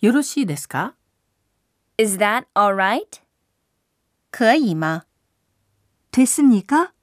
よろしいですか Is that alright? 可以吗？됐습니까?